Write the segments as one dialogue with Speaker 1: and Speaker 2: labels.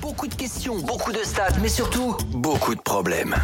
Speaker 1: Beaucoup de questions, beaucoup de stats, mais surtout beaucoup de problèmes.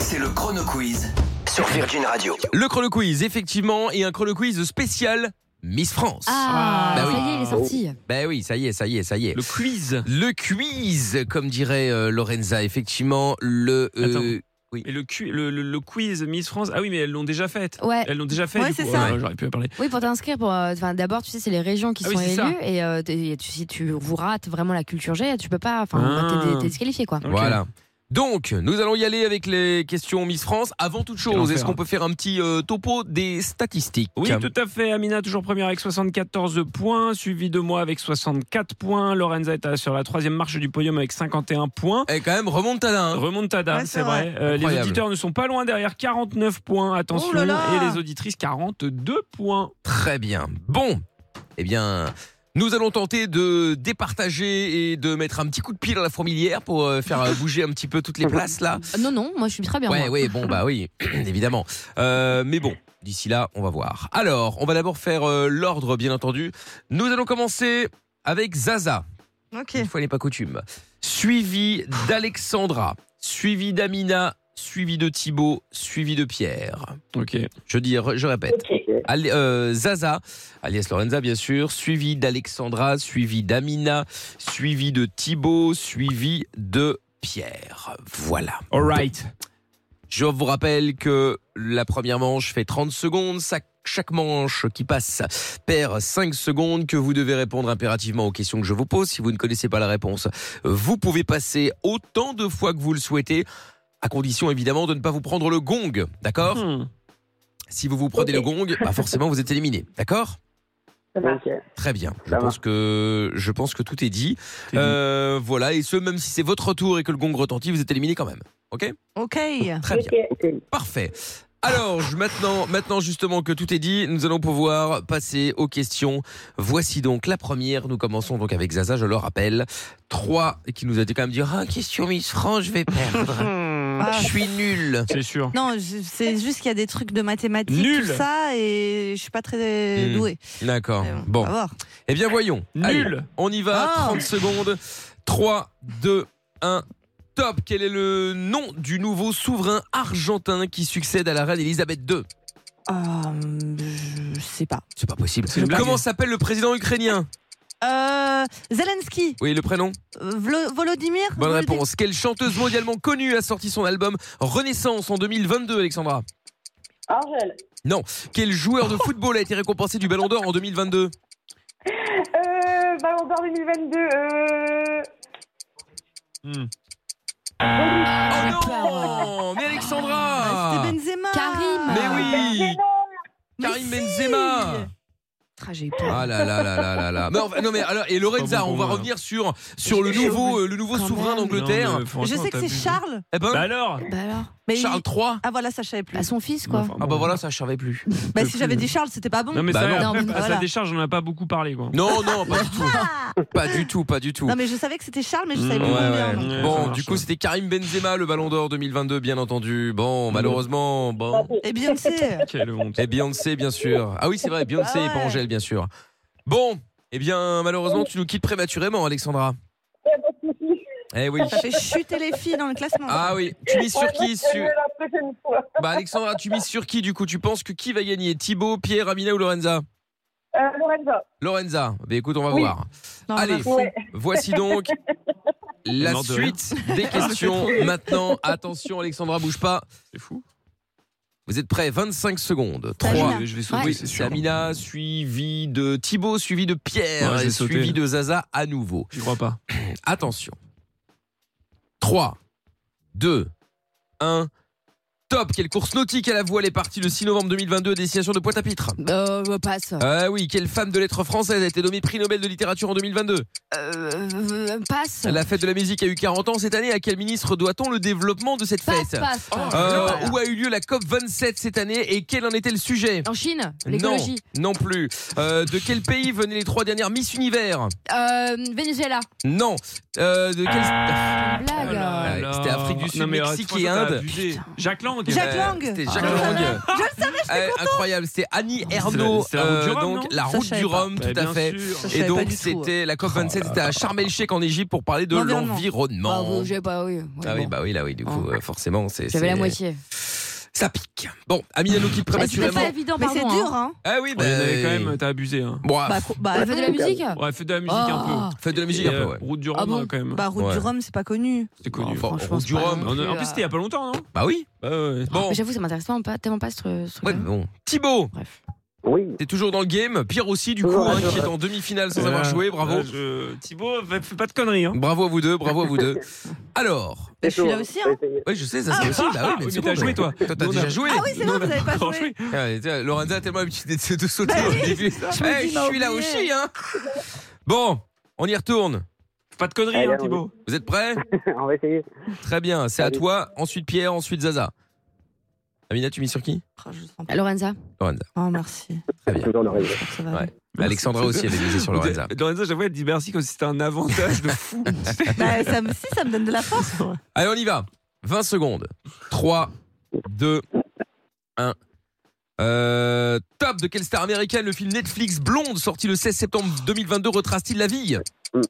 Speaker 1: C'est le Chrono Quiz sur Virgin Radio.
Speaker 2: Le chrono quiz, effectivement, et un chrono quiz spécial Miss France.
Speaker 3: Ah,
Speaker 2: Bah oui.
Speaker 3: ça y est, il est sorti.
Speaker 2: Ben oui, ça y est, ça y est, ça y est.
Speaker 4: Le quiz.
Speaker 2: Le quiz, comme dirait euh, Lorenza, effectivement, le. euh,
Speaker 4: Et le, cu- le, le- le quiz Miss France. Ah oui, mais elles l'ont déjà faite.
Speaker 2: Oh.
Speaker 3: Ouais.
Speaker 4: Elles l'ont déjà faite.
Speaker 5: Ouais,
Speaker 4: du
Speaker 5: c'est
Speaker 4: coup.
Speaker 5: ça.
Speaker 4: Oh là là, J'aurais pu en parler.
Speaker 3: Oui, pour t'inscrire, pour, euh, enfin, d'abord, tu sais, c'est les régions qui
Speaker 4: Ah oui,
Speaker 3: sont
Speaker 4: c'est
Speaker 3: élues.
Speaker 4: ça.
Speaker 3: Et euh, t- et tu- si tu vous rates vraiment la culture G, tu peux pas. Enfin,
Speaker 4: Ah.
Speaker 3: bah, t'es- t'es disqualifié, quoi.
Speaker 4: Ok.
Speaker 2: Voilà. Donc, nous allons y aller avec les questions Miss France. Avant toute
Speaker 4: Quel
Speaker 2: chose,
Speaker 4: enfer,
Speaker 2: est-ce qu'on
Speaker 4: hein.
Speaker 2: peut faire un petit euh, topo des statistiques
Speaker 4: Oui, tout à fait. Amina, toujours première avec 74 points, suivi de moi avec 64 points. Lorenza est à- sur la troisième marche du podium avec 51 points.
Speaker 2: Et Eh, quand même, remontada. hein.
Speaker 4: Remontada,
Speaker 5: Ouais, c'est
Speaker 4: c'est vrai. Euh, les
Speaker 2: Incroyable.
Speaker 4: auditeurs ne sont pas loin derrière, 49 points, attention.
Speaker 5: Oh là là
Speaker 4: et les auditrices, 42 points.
Speaker 2: Très bien. Bon, eh bien, nous allons tenter de départager et de mettre un petit coup de pied dans la fourmilière pour euh, faire euh, bouger un petit peu toutes les places là.
Speaker 3: Non, non, moi, je suis très bien.
Speaker 2: Ouais,
Speaker 3: moi.
Speaker 2: ouais, bon, bah oui, évidemment. Euh, mais bon, d'ici là, on va voir. Alors, on va d'abord faire euh, l'ordre, bien entendu. Nous allons commencer avec Zaza,
Speaker 5: Ok.
Speaker 2: une fois n'est pas coutume, suivi d'Alexandra, suivi d'Amina, suivi de Thibaut, suivi de Pierre.
Speaker 4: Ok.
Speaker 2: Je dis, je répète. Ale- euh, Zaza, alias Lorenza bien sûr, suivi d'Alexandra, suivi d'Amina, suivi de Thibaut, suivi de Pierre. Voilà.
Speaker 4: All right.
Speaker 2: Je vous rappelle que la première manche fait 30 secondes. Ça- chaque manche qui passe perd 5 secondes que vous devez répondre impérativement aux questions que je vous pose. Si vous ne connaissez pas la réponse, vous pouvez passer autant de fois que vous le souhaitez, à condition évidemment de ne pas vous prendre le gong. D'accord
Speaker 4: Hmm.
Speaker 2: Si vous vous prenez le gong, bah forcément vous êtes éliminé. D'accord Très bien. Je
Speaker 6: Ça
Speaker 2: pense, que, je pense que tout est dit.
Speaker 4: dit.
Speaker 2: Euh, voilà, et ce, même si c'est votre tour et que le gong retentit, vous êtes éliminé quand même. OK
Speaker 5: Ok.
Speaker 2: Très bien. Parfait. Alors, je- maintenant, maintenant justement que tout est dit, nous allons pouvoir passer aux questions. Voici donc la première. Nous commençons donc avec Zaza, je le rappelle. Trois qui nous a dit quand même dire Ah, question Miss France, je vais perdre.
Speaker 5: Ah.
Speaker 2: Je suis nul.
Speaker 4: C'est sûr.
Speaker 5: Non, je- c'est juste qu'il y a des trucs de mathématiques,
Speaker 4: Nul.
Speaker 5: tout ça, et je suis pas très
Speaker 2: Hmm.
Speaker 5: doué.
Speaker 2: D'accord.
Speaker 5: On
Speaker 2: Bon.
Speaker 5: va voir.
Speaker 2: Eh bien, voyons. Allez,
Speaker 4: Ah, Nul.
Speaker 2: on y va.
Speaker 5: Ah.
Speaker 2: 30 secondes. 3, 2, 1. Top. Quel est le nom du nouveau souverain argentin qui succède à la reine Elisabeth II
Speaker 5: Euh, je sais pas.
Speaker 2: C'est pas possible.
Speaker 4: C'est une blague.
Speaker 2: Comment s'appelle le président ukrainien
Speaker 5: Euh, Zelensky,
Speaker 2: Oui, le prénom
Speaker 5: euh, Vlo- Volodymyr
Speaker 2: Bonne
Speaker 5: Volody-
Speaker 2: réponse. Quelle chanteuse mondialement connue a sorti son album Renaissance en 2022, Alexandra
Speaker 6: Angèle.
Speaker 2: Quel joueur de football a été récompensé du Ballon d'Or en 2022
Speaker 6: Euh, Ballon d'Or 2022. Euh...
Speaker 4: Hmm.
Speaker 2: Oh
Speaker 3: pardon.
Speaker 2: non Mais
Speaker 5: Ah,
Speaker 2: Alexandra
Speaker 5: C'était Benzema.
Speaker 3: Karim.
Speaker 2: Mais Eh
Speaker 6: Benzema.
Speaker 2: oui
Speaker 5: Mais
Speaker 2: Karim
Speaker 5: si.
Speaker 2: Benzema
Speaker 3: Ah, j'ai eu peur.
Speaker 2: Ah là là là là là là Mais enfin, Non mais alors, et
Speaker 4: Pas
Speaker 2: Lorenza,
Speaker 4: bon
Speaker 2: on
Speaker 4: pour
Speaker 2: va
Speaker 4: moi.
Speaker 2: revenir sur, sur le nouveau, euh, le nouveau
Speaker 3: Quand
Speaker 2: souverain
Speaker 3: même.
Speaker 2: d'Angleterre.
Speaker 4: Non, mais franchement,
Speaker 5: Je sais que
Speaker 4: t'as
Speaker 5: c'est
Speaker 4: bu.
Speaker 5: Charles.
Speaker 2: Eh ben,
Speaker 4: Bah alors
Speaker 3: Bah alors
Speaker 5: Mais il-
Speaker 2: Charles III
Speaker 5: Ah voilà, ça je savais plus.
Speaker 3: À son fils, quoi.
Speaker 4: Enfin,
Speaker 2: Ah bah
Speaker 4: bon.
Speaker 2: voilà, ça je savais plus.
Speaker 5: Bah
Speaker 4: le
Speaker 5: si
Speaker 4: plus-
Speaker 5: j'avais dit Charles, c'était pas bon.
Speaker 4: Non mais
Speaker 2: Bah
Speaker 4: ça,
Speaker 2: non.
Speaker 4: après,
Speaker 3: Non, mais
Speaker 4: à sa
Speaker 5: voilà.
Speaker 4: décharge, on n'en a pas beaucoup parlé quoi.
Speaker 2: Non, non, pas du tout. Pas du tout, pas du tout.
Speaker 5: Non, mais je savais que c'était Charles, mais je savais
Speaker 4: Mm,
Speaker 5: plus
Speaker 2: Hmm. Ouais,
Speaker 5: combien.
Speaker 2: ouais.
Speaker 5: donc.
Speaker 4: Ouais, ça
Speaker 2: Bon,
Speaker 4: marche,
Speaker 2: du coup,
Speaker 4: ouais.
Speaker 2: c'était Karim Benzema, le Ballon d'Or 2022, bien entendu. Bon, malheureusement, bon.
Speaker 5: Et Beyoncé.
Speaker 4: Quelle honte.
Speaker 2: Et Beyoncé, bien sûr. Ah oui, c'est vrai, Beyoncé
Speaker 5: Ah ouais.
Speaker 2: et pas Angèle, bien sûr. Bon, eh bien, malheureusement, tu nous quittes prématurément, Alexandra. Eh oui.
Speaker 5: Ça fait chuter les filles dans le classement.
Speaker 2: Ah oui, tu mises sur qui sur...
Speaker 6: La prochaine fois.
Speaker 2: Bah, Alexandra, tu mises sur qui, du coup Tu penses que qui va gagner Thibaut, Pierre, Amina ou Lorenza
Speaker 6: Euh, Lorenza.
Speaker 2: Lorenza. Bah, écoute, on va
Speaker 6: Oui.
Speaker 2: voir.
Speaker 5: Non,
Speaker 2: Allez.
Speaker 5: merci.
Speaker 6: Ouais.
Speaker 2: Voici donc la
Speaker 4: Mort de rire.
Speaker 2: suite des questions. Maintenant, attention, Alexandra, bouge pas.
Speaker 4: C'est fou.
Speaker 2: Vous êtes prêts 25 secondes.
Speaker 3: Amina.
Speaker 2: 3,
Speaker 4: Je vais
Speaker 3: Ouais.
Speaker 4: sauter,
Speaker 2: Oui,
Speaker 4: c'est
Speaker 2: c'est
Speaker 4: sûr.
Speaker 2: Amina, suivi de Thibaut, suivi de Pierre,
Speaker 4: Ouais, j'ai
Speaker 2: et
Speaker 4: sauté.
Speaker 2: suivi de Zaza à nouveau.
Speaker 4: Je crois pas.
Speaker 2: Attention. 3, 2, 1. Top Quelle course nautique à la voile est partie le 6 novembre 2022 à destination de Pointe-à-Pitre
Speaker 3: Euh, bah, passe. Euh,
Speaker 2: Ah oui, quelle femme de lettres française a été nommée prix Nobel de littérature en 2022
Speaker 3: euh, passe.
Speaker 2: La fête de la musique a eu 40 ans cette année. À quel ministre doit-on le développement de cette
Speaker 3: Passe,
Speaker 2: fête
Speaker 3: passe.
Speaker 4: Oh,
Speaker 2: Euh,
Speaker 3: Voilà.
Speaker 2: Où a eu lieu la COP27 cette année et quel en était le sujet
Speaker 3: En Chine,
Speaker 2: non,
Speaker 3: l'écologie.
Speaker 2: non plus. Euh, de quel pays venaient les trois dernières Miss Univers
Speaker 3: Euh, Venezuela.
Speaker 2: Non. Euh, de quel...
Speaker 3: Blague.
Speaker 4: Ah.
Speaker 2: là. C'était Afrique du Sud,
Speaker 4: euh,
Speaker 2: Mexique
Speaker 4: franchement,
Speaker 2: et
Speaker 4: t'as
Speaker 2: Inde.
Speaker 4: abusé. Jacques Lang, Lang.
Speaker 5: Jacques
Speaker 2: Euh,
Speaker 5: Lang.
Speaker 2: C'était Jacques
Speaker 5: Ah.
Speaker 2: Lang.
Speaker 5: Je le savais,
Speaker 2: Euh, incroyable, c'était Annie
Speaker 4: C'est la-
Speaker 2: Ernaux, euh,
Speaker 4: c'est la route du Rhum,
Speaker 2: donc
Speaker 4: non
Speaker 2: la
Speaker 3: Ça, je
Speaker 2: route
Speaker 3: savais
Speaker 2: du
Speaker 3: pas.
Speaker 2: Rhum,
Speaker 4: Bah,
Speaker 2: tout à
Speaker 4: bien
Speaker 2: fait.
Speaker 4: sûr. Oh
Speaker 3: Ça, je
Speaker 2: Et
Speaker 3: savais pas
Speaker 2: donc
Speaker 3: du tout,
Speaker 2: c'était la COP27, c'était à Sharm el Sheikh en Égypte pour parler de
Speaker 5: L'environnement.
Speaker 3: Bah,
Speaker 2: l'environnement.
Speaker 3: bon, j'ai pas, oui. Ouais,
Speaker 2: Ah oui,
Speaker 3: bon.
Speaker 2: bah oui, là oui, du coup,
Speaker 3: Hein.
Speaker 2: euh, forcément, c'est.
Speaker 3: J'avais la
Speaker 2: c'est-
Speaker 3: moitié.
Speaker 2: Ça pique. Bon, Amilano qui
Speaker 3: Ah, C'était
Speaker 2: prématurément.
Speaker 3: pas évident,
Speaker 5: mais c'est
Speaker 3: pardon,
Speaker 5: dur,
Speaker 3: hein.
Speaker 5: hein.
Speaker 2: Ah oui,
Speaker 4: Ouais,
Speaker 2: bah.
Speaker 4: mais quand même, t'as abusé. Hein.
Speaker 2: Bon, ah,
Speaker 5: Bah, faut- bah,
Speaker 3: Elle fait de la musique
Speaker 4: Ouais, fais de la musique un peu.
Speaker 2: faites de la musique
Speaker 4: Et,
Speaker 2: un peu,
Speaker 4: euh,
Speaker 2: ouais.
Speaker 4: Route du Rhum,
Speaker 3: Ah bon
Speaker 4: hein, quand même.
Speaker 5: Bah, route
Speaker 2: Ouais.
Speaker 5: du Rhum, c'est pas connu.
Speaker 4: C'est connu.
Speaker 2: Enfin,
Speaker 3: Franchement,
Speaker 2: route
Speaker 3: c'est
Speaker 2: du
Speaker 3: pas
Speaker 2: Rhum.
Speaker 3: non
Speaker 4: En- en
Speaker 3: plus,
Speaker 4: plus,
Speaker 3: euh,
Speaker 4: c'était il y a pas longtemps, non
Speaker 2: Bah oui.
Speaker 4: Bah ouais.
Speaker 2: Bon.
Speaker 3: Mais J'avoue, ça m'intéresse pas, pas- tellement pas ce ce
Speaker 2: Ouais,
Speaker 3: truc.
Speaker 2: mais bon. Thibaut,
Speaker 3: Bref.
Speaker 7: Oui,
Speaker 2: t'es toujours dans le game. Pierre aussi, du coup,
Speaker 7: Ouais,
Speaker 2: hein,
Speaker 7: je-
Speaker 2: qui est en demi-finale sans avoir
Speaker 4: Euh,
Speaker 2: joué. Bravo.
Speaker 4: euh, je- Thibaut, fais fais pas de conneries. Hein.
Speaker 2: Bravo à vous deux, bravo à vous deux. Alors.
Speaker 5: Bah, je suis là aussi, hein.
Speaker 2: Oui, je sais, ça c'est possible. Ah oui, mais
Speaker 4: Oui,
Speaker 2: c'est
Speaker 4: mais
Speaker 2: bon,
Speaker 4: t'as joué, toi.
Speaker 2: Toi, t'as
Speaker 4: Nous, on
Speaker 2: déjà
Speaker 4: a-
Speaker 2: joué.
Speaker 5: Ah oui, c'est
Speaker 4: Nous,
Speaker 5: vrai,
Speaker 4: on a
Speaker 5: vous avez pas
Speaker 4: encore
Speaker 5: joué.
Speaker 2: Ah, et tiens, Lorenza a tellement l'habitude de, de sauter
Speaker 5: Bah
Speaker 2: au
Speaker 5: oui,
Speaker 2: début.
Speaker 5: je me
Speaker 2: Eh,
Speaker 5: dis,
Speaker 2: je
Speaker 5: m'a
Speaker 2: suis là
Speaker 5: oublié.
Speaker 2: aussi, hein. Bon, on y retourne.
Speaker 4: Fais Pas de conneries,
Speaker 7: Allez,
Speaker 4: hein,
Speaker 7: on-
Speaker 4: Thibaut.
Speaker 2: Vous êtes prêts
Speaker 7: on va essayer.
Speaker 2: Très bien, c'est à
Speaker 7: Allez.
Speaker 2: toi. Ensuite Pierre, ensuite Zaza. Amina, tu mis sur qui
Speaker 5: Oh, je sens pas.
Speaker 3: Ah, Lorenza.
Speaker 2: Lorenza.
Speaker 5: Oh, merci.
Speaker 2: Très bien.
Speaker 7: Toujours dans le
Speaker 5: Ça va.
Speaker 2: Ouais. Alexandra aussi, elle est misée sur Lorenza.
Speaker 4: Lorenza, j'avoue, elle dit merci comme si c'était un avantage de fou.
Speaker 5: Bah, ça me, si, ça me donne de la force. quoi.
Speaker 2: Allez, on y va. 20 secondes. 3, 2, 1. Euh, top de quelle star américaine le film Netflix Blonde sorti le 16 septembre 2022 retrace-t-il la vie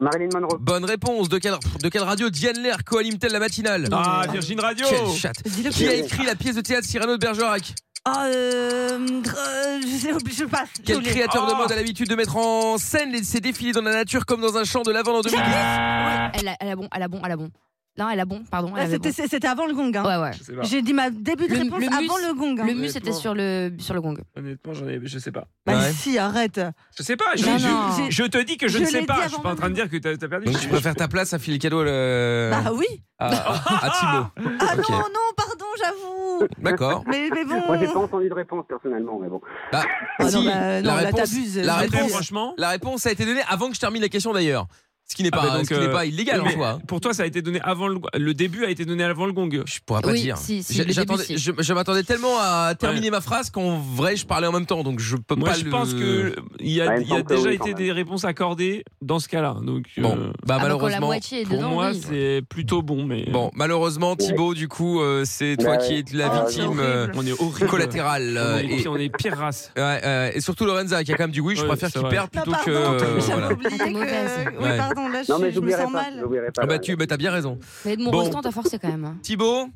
Speaker 7: Marilyn Monroe.
Speaker 2: Bonne réponse. De quelle, de quelle radio Diane Lair coanime-t-elle la matinale
Speaker 4: ah, Virgin Radio
Speaker 2: Quelle chatte
Speaker 5: Dis-le
Speaker 2: Qui
Speaker 5: plus.
Speaker 2: a écrit la pièce de théâtre Cyrano de Bergerac
Speaker 5: Ah, euh, dr- euh, je sais, oublie- je passe. j'ai
Speaker 2: Quel
Speaker 5: oublié.
Speaker 2: créateur de
Speaker 4: Oh
Speaker 2: mode a l'habitude de mettre en scène les- ses défilés dans la nature comme dans un champ de lavande en 2010 Ah.
Speaker 3: Elle a, elle a bon, elle a bon, elle a bon. Non, elle a bon, pardon.
Speaker 5: Ah,
Speaker 3: Elle avait
Speaker 5: c'était,
Speaker 3: bon.
Speaker 5: c'est- c'était avant le gong. Hein.
Speaker 3: Ouais, ouais.
Speaker 4: Je sais pas.
Speaker 5: J'ai dit ma début de
Speaker 3: Le-
Speaker 5: réponse
Speaker 3: le mus-
Speaker 5: avant le gong. hein.
Speaker 3: Le mus était
Speaker 4: Honnêtement.
Speaker 3: sur le, sur le gong.
Speaker 4: Honnêtement, j'en ai. Je sais pas.
Speaker 5: Bah,
Speaker 2: Ouais. Euh.
Speaker 5: si, arrête.
Speaker 4: Je sais pas. Je,
Speaker 3: Non,
Speaker 4: je-
Speaker 3: non.
Speaker 4: je- je te dis que je,
Speaker 5: Je
Speaker 4: ne sais
Speaker 5: l'ai
Speaker 4: pas.
Speaker 5: dit
Speaker 4: Je suis pas
Speaker 5: avant
Speaker 4: en train de dire que t'as t'as
Speaker 7: Ah.
Speaker 4: perdu.
Speaker 2: Donc tu préfères ta place à filer cadeau à, le-
Speaker 5: Bah oui.
Speaker 2: à, à Thibaut.
Speaker 5: Ah
Speaker 2: ok.
Speaker 5: non, non, pardon, j'avoue.
Speaker 2: D'accord.
Speaker 5: Mais, mais bon.
Speaker 7: Moi, j'ai pas entendu de réponse personnellement, mais bon.
Speaker 5: Ah non,
Speaker 2: Si,
Speaker 5: bah, non,
Speaker 2: la,
Speaker 5: là,
Speaker 2: réponse,
Speaker 5: t'abuses.
Speaker 2: la,
Speaker 5: Après,
Speaker 4: Après,
Speaker 2: réponse,
Speaker 4: franchement.
Speaker 2: la réponse a été donnée avant que je termine la question d'ailleurs. Ce qui n'est
Speaker 4: Ah
Speaker 2: pas,
Speaker 4: bah donc,
Speaker 2: ce qui n'est
Speaker 4: euh,
Speaker 2: pas illégal
Speaker 4: oui,
Speaker 2: en
Speaker 4: mais
Speaker 2: soi. hein.
Speaker 4: Pour toi, ça a été donné avant le, le début a été donné avant le gong.
Speaker 2: Je pourrais pas
Speaker 3: Oui,
Speaker 2: dire.
Speaker 3: si, si,
Speaker 2: Je-
Speaker 3: le début,
Speaker 2: j'attendais-
Speaker 3: si.
Speaker 2: je, je m'attendais tellement à terminer ma phrase qu'en vrai je parlais en même temps, donc je euh, peux
Speaker 4: Moi,
Speaker 2: pas.
Speaker 4: je
Speaker 2: le- Bah,
Speaker 4: pense que il y a,
Speaker 7: Ouais, il
Speaker 4: il
Speaker 7: me
Speaker 4: y a
Speaker 7: semble que
Speaker 4: déjà
Speaker 7: oui, quand
Speaker 4: été
Speaker 7: même.
Speaker 4: des réponses accordées dans ce cas-là. Donc euh,
Speaker 2: Bon, bah
Speaker 3: Ah, bah, quand la
Speaker 2: malheureusement.
Speaker 3: moitié est
Speaker 4: pour
Speaker 3: dedans,
Speaker 4: moi,
Speaker 3: oui.
Speaker 4: c'est plutôt bon, mais
Speaker 2: Bon, malheureusement, Thibaut, du coup, euh, c'est toi
Speaker 7: Ouais.
Speaker 2: qui es la
Speaker 7: Ah,
Speaker 2: victime
Speaker 5: c'est
Speaker 2: euh,
Speaker 4: on est horrible.
Speaker 2: collatérale.
Speaker 4: On
Speaker 2: euh,
Speaker 4: est,
Speaker 2: et,
Speaker 4: pire- on est pire race.
Speaker 2: ouais, euh, et surtout Lorenza qui a quand même dit oui, je
Speaker 4: Ouais,
Speaker 2: préfère
Speaker 4: c'est
Speaker 2: qu'il
Speaker 4: vrai.
Speaker 2: perde
Speaker 5: Non,
Speaker 2: plutôt
Speaker 5: pardon,
Speaker 2: que. euh,
Speaker 5: j'avais
Speaker 2: voilà.
Speaker 5: oublié
Speaker 3: T'es mauvaise.
Speaker 5: que... euh,
Speaker 2: Ouais.
Speaker 5: Oui, pardon, là, je,
Speaker 7: Non, mais
Speaker 5: je me
Speaker 7: j'oublierai
Speaker 5: sens
Speaker 7: pas.
Speaker 5: mal.
Speaker 7: J'oublierai pas.
Speaker 2: Ah bah tu bah, t'as bien raison.
Speaker 3: Mais de mon
Speaker 2: Bon.
Speaker 3: restant, t'as forcé quand même. hein.
Speaker 2: Thibaut,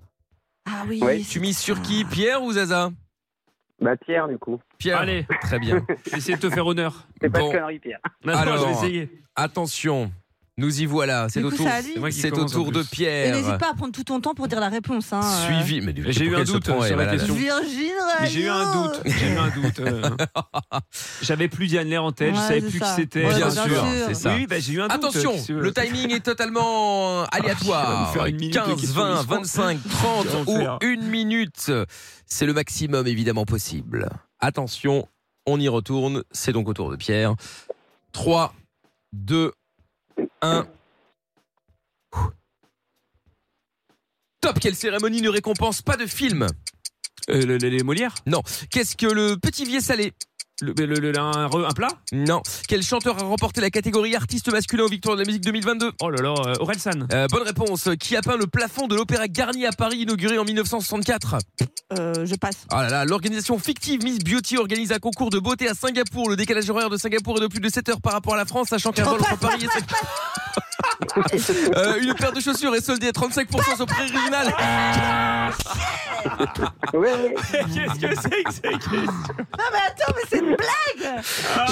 Speaker 5: Ah oui.
Speaker 7: Ouais,
Speaker 5: c'est-
Speaker 2: tu mises sur qui Pierre ou Zaza
Speaker 7: Bah, Pierre, du coup.
Speaker 2: Pierre.
Speaker 4: Allez,
Speaker 2: Très bien.
Speaker 4: je vais essayer de te faire honneur.
Speaker 7: C'est pas
Speaker 2: Bon.
Speaker 7: de conneries, Pierre.
Speaker 4: Non,
Speaker 2: Alors.
Speaker 4: je vais essayer.
Speaker 2: Attention, nous y voilà. C'est
Speaker 5: Du
Speaker 2: au
Speaker 5: coup,
Speaker 2: tour,
Speaker 5: c'est à lui.
Speaker 4: C'est moi qui
Speaker 2: c'est au
Speaker 4: commence en
Speaker 2: tour de
Speaker 4: plus.
Speaker 5: Et
Speaker 2: Pierre.
Speaker 5: n'hésite pas à prendre tout ton temps pour dire la réponse. Hein, euh.
Speaker 2: Suivi. Mais
Speaker 4: J'ai eu un doute hein, sur la question.
Speaker 5: Virgin
Speaker 4: Mais j'ai eu un
Speaker 5: Radio.
Speaker 4: doute. J'ai eu un doute. euh. J'avais plus Yann Lair en tête. je
Speaker 5: Ouais,
Speaker 4: savais
Speaker 5: c'est
Speaker 4: plus
Speaker 5: ça.
Speaker 4: qui c'était.
Speaker 5: Ouais,
Speaker 2: Bien
Speaker 5: bien
Speaker 2: sûr,
Speaker 5: sûr.
Speaker 2: c'est ça.
Speaker 4: Oui, bah, j'ai eu un doute.
Speaker 2: Attention,
Speaker 4: qu'est-ce que tu veux
Speaker 2: le timing est totalement
Speaker 4: Ah,
Speaker 2: aléatoire.
Speaker 4: je vais vous faire une minute de
Speaker 2: 15,
Speaker 4: questions
Speaker 2: 20,
Speaker 4: de sport.
Speaker 2: 25, 30
Speaker 4: Je vais en
Speaker 2: ou
Speaker 4: faire.
Speaker 2: une minute. C'est le maximum évidemment possible. Attention, on y retourne. C'est donc au tour de Pierre. 3, 2, 1. Top, quelle cérémonie ne récompense pas de film
Speaker 4: Euh, le- le- les Molières
Speaker 2: Qu'est-ce que le petit vieux salé
Speaker 4: Le- le- le- un, re- un plat
Speaker 2: Non. Quel chanteur a remporté la catégorie artiste masculin aux victoires de la musique 2022
Speaker 4: Oh là là, euh, Orelsan.
Speaker 2: Euh, bonne réponse. Qui a peint le plafond de l'Opéra Garnier à Paris inauguré en 1964
Speaker 5: Euh, je passe.
Speaker 2: Ah là là, l'organisation fictive Miss Beauty organise un concours de beauté à Singapour. Le décalage horaire de Singapour est de plus de 7 heures par rapport à la France, sachant qu'un
Speaker 5: Oh,
Speaker 2: vol entre
Speaker 5: passe,
Speaker 2: Paris et Euh, Une paire de chaussures est soldée à 35% sur prix original.
Speaker 4: Ah.
Speaker 2: Ah.
Speaker 7: Oui, oui.
Speaker 4: Qu'est-ce que c'est que cette question
Speaker 5: Non, mais attends, mais c'est une blague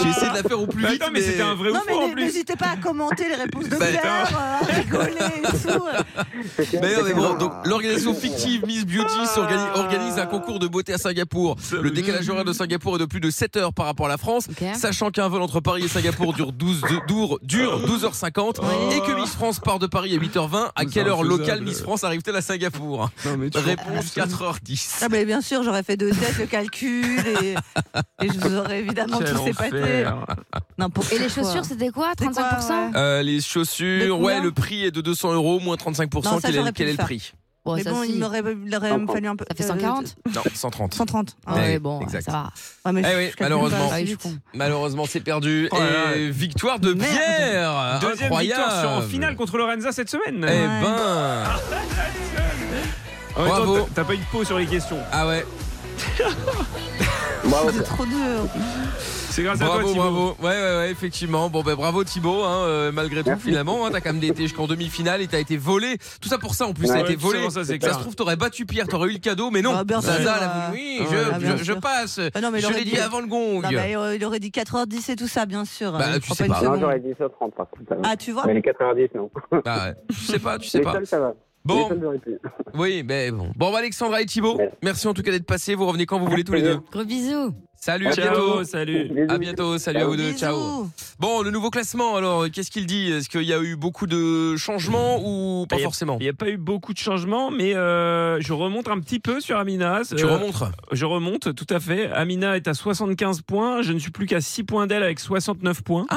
Speaker 2: J'ai essayé de la faire au plus
Speaker 4: Bah
Speaker 2: vite.
Speaker 4: attends, mais, c'était un vrai
Speaker 5: Non,
Speaker 4: ou faux en
Speaker 5: mais
Speaker 4: plus.
Speaker 5: n'hésitez pas à commenter les réponses de
Speaker 2: Bah,
Speaker 5: Pierre, euh, à rigoler et tout.
Speaker 7: C'était-
Speaker 2: Mais non, mais
Speaker 7: c'était
Speaker 2: bon,
Speaker 7: drôle.
Speaker 2: donc l'organisation fictive Miss Beauty
Speaker 4: Ah.
Speaker 2: s'organi- organise un concours de beauté à Singapour. Le décalage horaire de Singapour est de plus de 7 heures par rapport à la France.
Speaker 3: Ok.
Speaker 2: Sachant qu'un vol entre Paris et Singapour dure 12, de- dure, dure 12h50 et que Miss France part de Paris à 8h20, à
Speaker 4: Nous
Speaker 2: quelle heure
Speaker 4: infaisable.
Speaker 2: locale Miss France arrive-t-elle à Singapour
Speaker 4: Non, mais tu-
Speaker 2: Réponse 4h10.
Speaker 5: Ah, mais bien sûr, j'aurais fait deux tests, le calcul, et, et je vous aurais évidemment
Speaker 4: Quel
Speaker 5: tout s'épaté.
Speaker 2: Ah,
Speaker 4: enfer.
Speaker 5: N'importe
Speaker 3: Et les
Speaker 5: quoi.
Speaker 3: chaussures, c'était quoi
Speaker 5: C'est quoi,
Speaker 3: 35%
Speaker 5: ouais.
Speaker 2: Euh, les
Speaker 5: De
Speaker 2: chaussures,
Speaker 5: combien
Speaker 2: ouais, le prix est de 200 euros, moins 35%.
Speaker 5: Non, ça,
Speaker 2: quel est,
Speaker 5: j'aurais pu
Speaker 2: quel est
Speaker 5: le
Speaker 2: le
Speaker 5: faire.
Speaker 2: prix
Speaker 3: Bon,
Speaker 5: Mais
Speaker 3: Oh, ça,
Speaker 5: bon,
Speaker 3: si.
Speaker 5: il m'aurait il aurait fallu un peu.
Speaker 3: Ça fait
Speaker 5: euh,
Speaker 3: 140
Speaker 2: Non, 130.
Speaker 5: 130.
Speaker 3: Ah
Speaker 5: Ah,
Speaker 2: Ouais,
Speaker 3: ouais, bon,
Speaker 2: exact.
Speaker 3: ça va.
Speaker 5: ouais, mais
Speaker 2: Eh
Speaker 5: je-
Speaker 2: oui,
Speaker 5: je calcule
Speaker 2: malheureusement.
Speaker 5: pas
Speaker 3: Ah
Speaker 5: assez
Speaker 3: oui, je
Speaker 5: vite.
Speaker 3: comprends.
Speaker 2: Malheureusement, c'est perdu.
Speaker 4: Oh là
Speaker 2: et
Speaker 4: là.
Speaker 2: victoire de
Speaker 5: Merde.
Speaker 4: Ah,
Speaker 2: Pierre
Speaker 4: Deuxième
Speaker 2: Incroyable
Speaker 4: Eh,
Speaker 2: ben,
Speaker 4: victoire sur, en finale contre Lorenza cette semaine.
Speaker 2: Eh ben
Speaker 4: En même temps,
Speaker 2: Bravo.
Speaker 4: t'as- T'as pas eu de peau sur les questions.
Speaker 2: Ah ouais,
Speaker 7: Bravo.
Speaker 5: Ah, C'est trop dur.
Speaker 4: Ah, C'est grâce à toi,
Speaker 2: bravo,
Speaker 4: Thibaut.
Speaker 2: bravo. Ouais, ouais, ouais, effectivement. Bon, ben bravo Thibaut, hein, euh, malgré tout,
Speaker 7: Merci.
Speaker 2: finalement. hein, t'as quand même été jusqu'en demi-finale et t'as été volé. Tout ça pour ça, en plus,
Speaker 7: Ouais,
Speaker 2: t'as
Speaker 4: ouais,
Speaker 2: été
Speaker 4: tout ça
Speaker 2: volé.
Speaker 4: pour ça, c'est
Speaker 2: ça
Speaker 4: clair.
Speaker 2: se trouve, t'aurais battu Pierre, t'aurais eu le cadeau, mais non.
Speaker 5: Ah, bien sûr.
Speaker 2: Zaza, elle a voulu, oui, je,
Speaker 5: Ah, bien
Speaker 2: je- je
Speaker 5: sûr.
Speaker 2: passe.
Speaker 5: Ah non, mais il
Speaker 2: je
Speaker 5: aurait
Speaker 2: l'ai
Speaker 5: dit-
Speaker 2: dit avant le gong.
Speaker 5: Non, bah, euh, il aurait dit 4h10 et tout ça, bien sûr. Euh,
Speaker 2: Bah,
Speaker 5: Je
Speaker 2: tu
Speaker 5: crois
Speaker 2: sais
Speaker 5: une
Speaker 2: pas.
Speaker 7: Non,
Speaker 5: seconde.
Speaker 7: j'aurais dit 30 par contre. ça va.
Speaker 5: Ah, tu vois
Speaker 7: Mais les 90, non.
Speaker 2: Ah ouais. Tu sais pas, tu sais
Speaker 7: Les
Speaker 2: pas.
Speaker 7: seuls, ça va. Les
Speaker 2: Bon,
Speaker 7: seuls, j'aurais pu.
Speaker 2: oui, mais bon. Bon, bah, Alexandra et Thibaut,
Speaker 7: Merci.
Speaker 2: merci en tout cas d'être passés. Vous revenez quand vous voulez tous les deux.
Speaker 3: Gros bisous.
Speaker 2: Salut, à bientôt.
Speaker 4: Ciao, salut.
Speaker 7: Bisous.
Speaker 2: À bientôt, salut à vous deux, ciao.
Speaker 5: Bisous.
Speaker 2: Bon, le nouveau classement, alors, qu'est-ce qu'il dit Est-ce qu'il y a eu beaucoup de changements ou pas
Speaker 4: Bah, Il y a-
Speaker 2: forcément
Speaker 4: Il n'y a pas eu beaucoup de changements, mais euh, je remonte un petit peu sur Amina.
Speaker 2: Tu
Speaker 4: Euh,
Speaker 2: remontes
Speaker 4: Je remonte, tout à fait. Amina est à 75 points. Je ne suis plus qu'à 6 points d'elle avec 69 points.
Speaker 2: Ah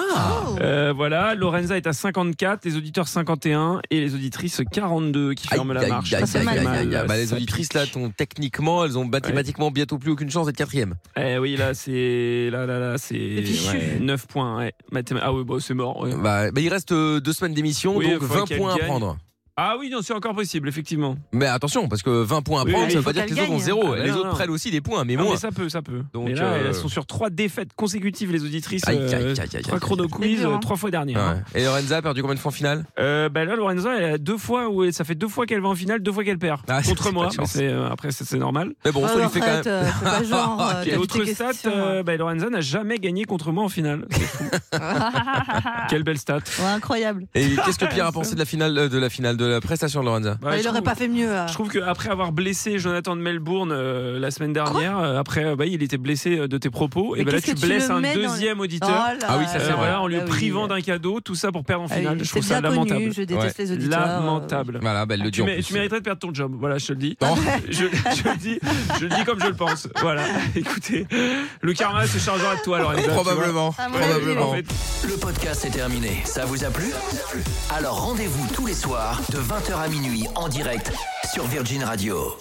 Speaker 5: Oh.
Speaker 4: Euh, voilà, Lorenza est à 54, les auditeurs 51 et les auditrices 42 qui ferment la marche.
Speaker 5: aïe, aïe, aïe, aïe,
Speaker 2: Bah, Les
Speaker 4: Ça
Speaker 2: auditrices,
Speaker 4: pique.
Speaker 2: là, ont- techniquement, elles ont mathématiquement bientôt plus aucune chance d'être quatrième.
Speaker 4: Eh oui, là, c'est. Là, là, là, c'est.
Speaker 5: fichu.
Speaker 4: 9 points, ouais. Mathém- Ah oui, bah, c'est mort. ouais.
Speaker 2: Bah, bah, il reste euh, deux semaines d'émission,
Speaker 4: Oui,
Speaker 2: donc
Speaker 4: faut
Speaker 2: 20
Speaker 4: qu'elles
Speaker 2: points à
Speaker 4: gagnent.
Speaker 2: prendre.
Speaker 4: Ah oui, non, c'est encore possible, effectivement.
Speaker 2: Mais attention, parce que 20 points à
Speaker 4: Oui,
Speaker 2: prendre,
Speaker 4: oui,
Speaker 2: ça veut
Speaker 5: faut
Speaker 2: pas dire que
Speaker 5: qu'elles
Speaker 2: les autres ont
Speaker 5: gagnent.
Speaker 2: zéro.
Speaker 4: Ah,
Speaker 2: les
Speaker 4: non,
Speaker 2: autres
Speaker 4: non.
Speaker 2: prennent aussi des points, mais
Speaker 4: Ah,
Speaker 2: moins.
Speaker 4: mais ça peut, ça peut.
Speaker 2: Donc,
Speaker 4: Mais là,
Speaker 2: euh,
Speaker 4: elles sont sur 3 défaites consécutives, les auditrices.
Speaker 2: Aïe, aïe, aïe,
Speaker 4: euh,
Speaker 2: aïe, aïe, aïe,
Speaker 4: Trois
Speaker 2: aïe.
Speaker 4: chrono quiz,
Speaker 5: dur, hein.
Speaker 4: euh, trois fois dernière. hein.
Speaker 2: Ouais. Et Lorenza a perdu combien de fois en finale
Speaker 4: Euh, bah là, Lorenzo, elle a deux fois où ça fait deux fois qu'elle va en finale, deux fois qu'elle perd.
Speaker 2: Ah, c'est-
Speaker 4: contre
Speaker 2: c'est
Speaker 4: moi.
Speaker 2: pas de
Speaker 4: mais
Speaker 2: chance.
Speaker 4: c'est, euh, après, c'est c'est normal.
Speaker 2: Mais bon, ça
Speaker 5: Alors,
Speaker 2: lui fait quand même.
Speaker 5: arrête, euh, c'est pas genre. euh,
Speaker 4: Et
Speaker 5: t'as
Speaker 4: autre
Speaker 5: vu tes
Speaker 4: stat,
Speaker 5: questions,
Speaker 4: euh, bah, Lorenza n'a jamais gagné contre moi en finale. Quelle belle stat.
Speaker 5: hein. ouais, incroyable.
Speaker 2: Et qu'est-ce que Pierre a pensé de la finale, euh, de la finale, de la prestation de Lorenza
Speaker 4: Bah,
Speaker 5: il
Speaker 4: je
Speaker 5: aurait
Speaker 4: trouve-
Speaker 5: pas fait mieux. euh.
Speaker 4: Je trouve qu'après avoir blessé Jonathan de Melbourne euh, la semaine dernière, euh, après, euh, bah, il était blessé euh, de tes propos,
Speaker 5: Mais
Speaker 4: et bah, là,
Speaker 5: qu'est-ce
Speaker 4: tu
Speaker 5: que tu
Speaker 4: blesses
Speaker 5: le
Speaker 4: un
Speaker 5: mets dans le-
Speaker 4: deuxième
Speaker 5: Oh
Speaker 4: auditeur.
Speaker 5: là
Speaker 2: Ah oui, ça,
Speaker 5: là
Speaker 2: c'est
Speaker 5: là.
Speaker 4: Euh, voilà, en lui
Speaker 5: Ah oui.
Speaker 4: privant d'un cadeau, tout ça pour perdre en
Speaker 5: Ah oui,
Speaker 4: finale. je
Speaker 5: c'est
Speaker 4: trouve ça
Speaker 5: bien connu,
Speaker 4: lamentable.
Speaker 5: Je déteste les auditeurs. euh,
Speaker 4: Lamentable.
Speaker 2: Voilà, bah, elle le dit
Speaker 4: Ah, Tu,
Speaker 2: en
Speaker 4: mé-
Speaker 2: plus.
Speaker 4: tu mériterais de perdre ton job, voilà, je te le dis.
Speaker 2: Non.
Speaker 4: Je, je le dis, je le dis comme je le pense. Voilà, écoutez, le karma se chargera de toi, Lorenza. tu vois.
Speaker 2: Probablement,
Speaker 5: Ah, moi,
Speaker 2: probablement.
Speaker 4: En fait,
Speaker 1: Le podcast est terminé. Ça vous a plu Alors rendez-vous tous les soirs de 20h à minuit en direct sur Virgin Radio.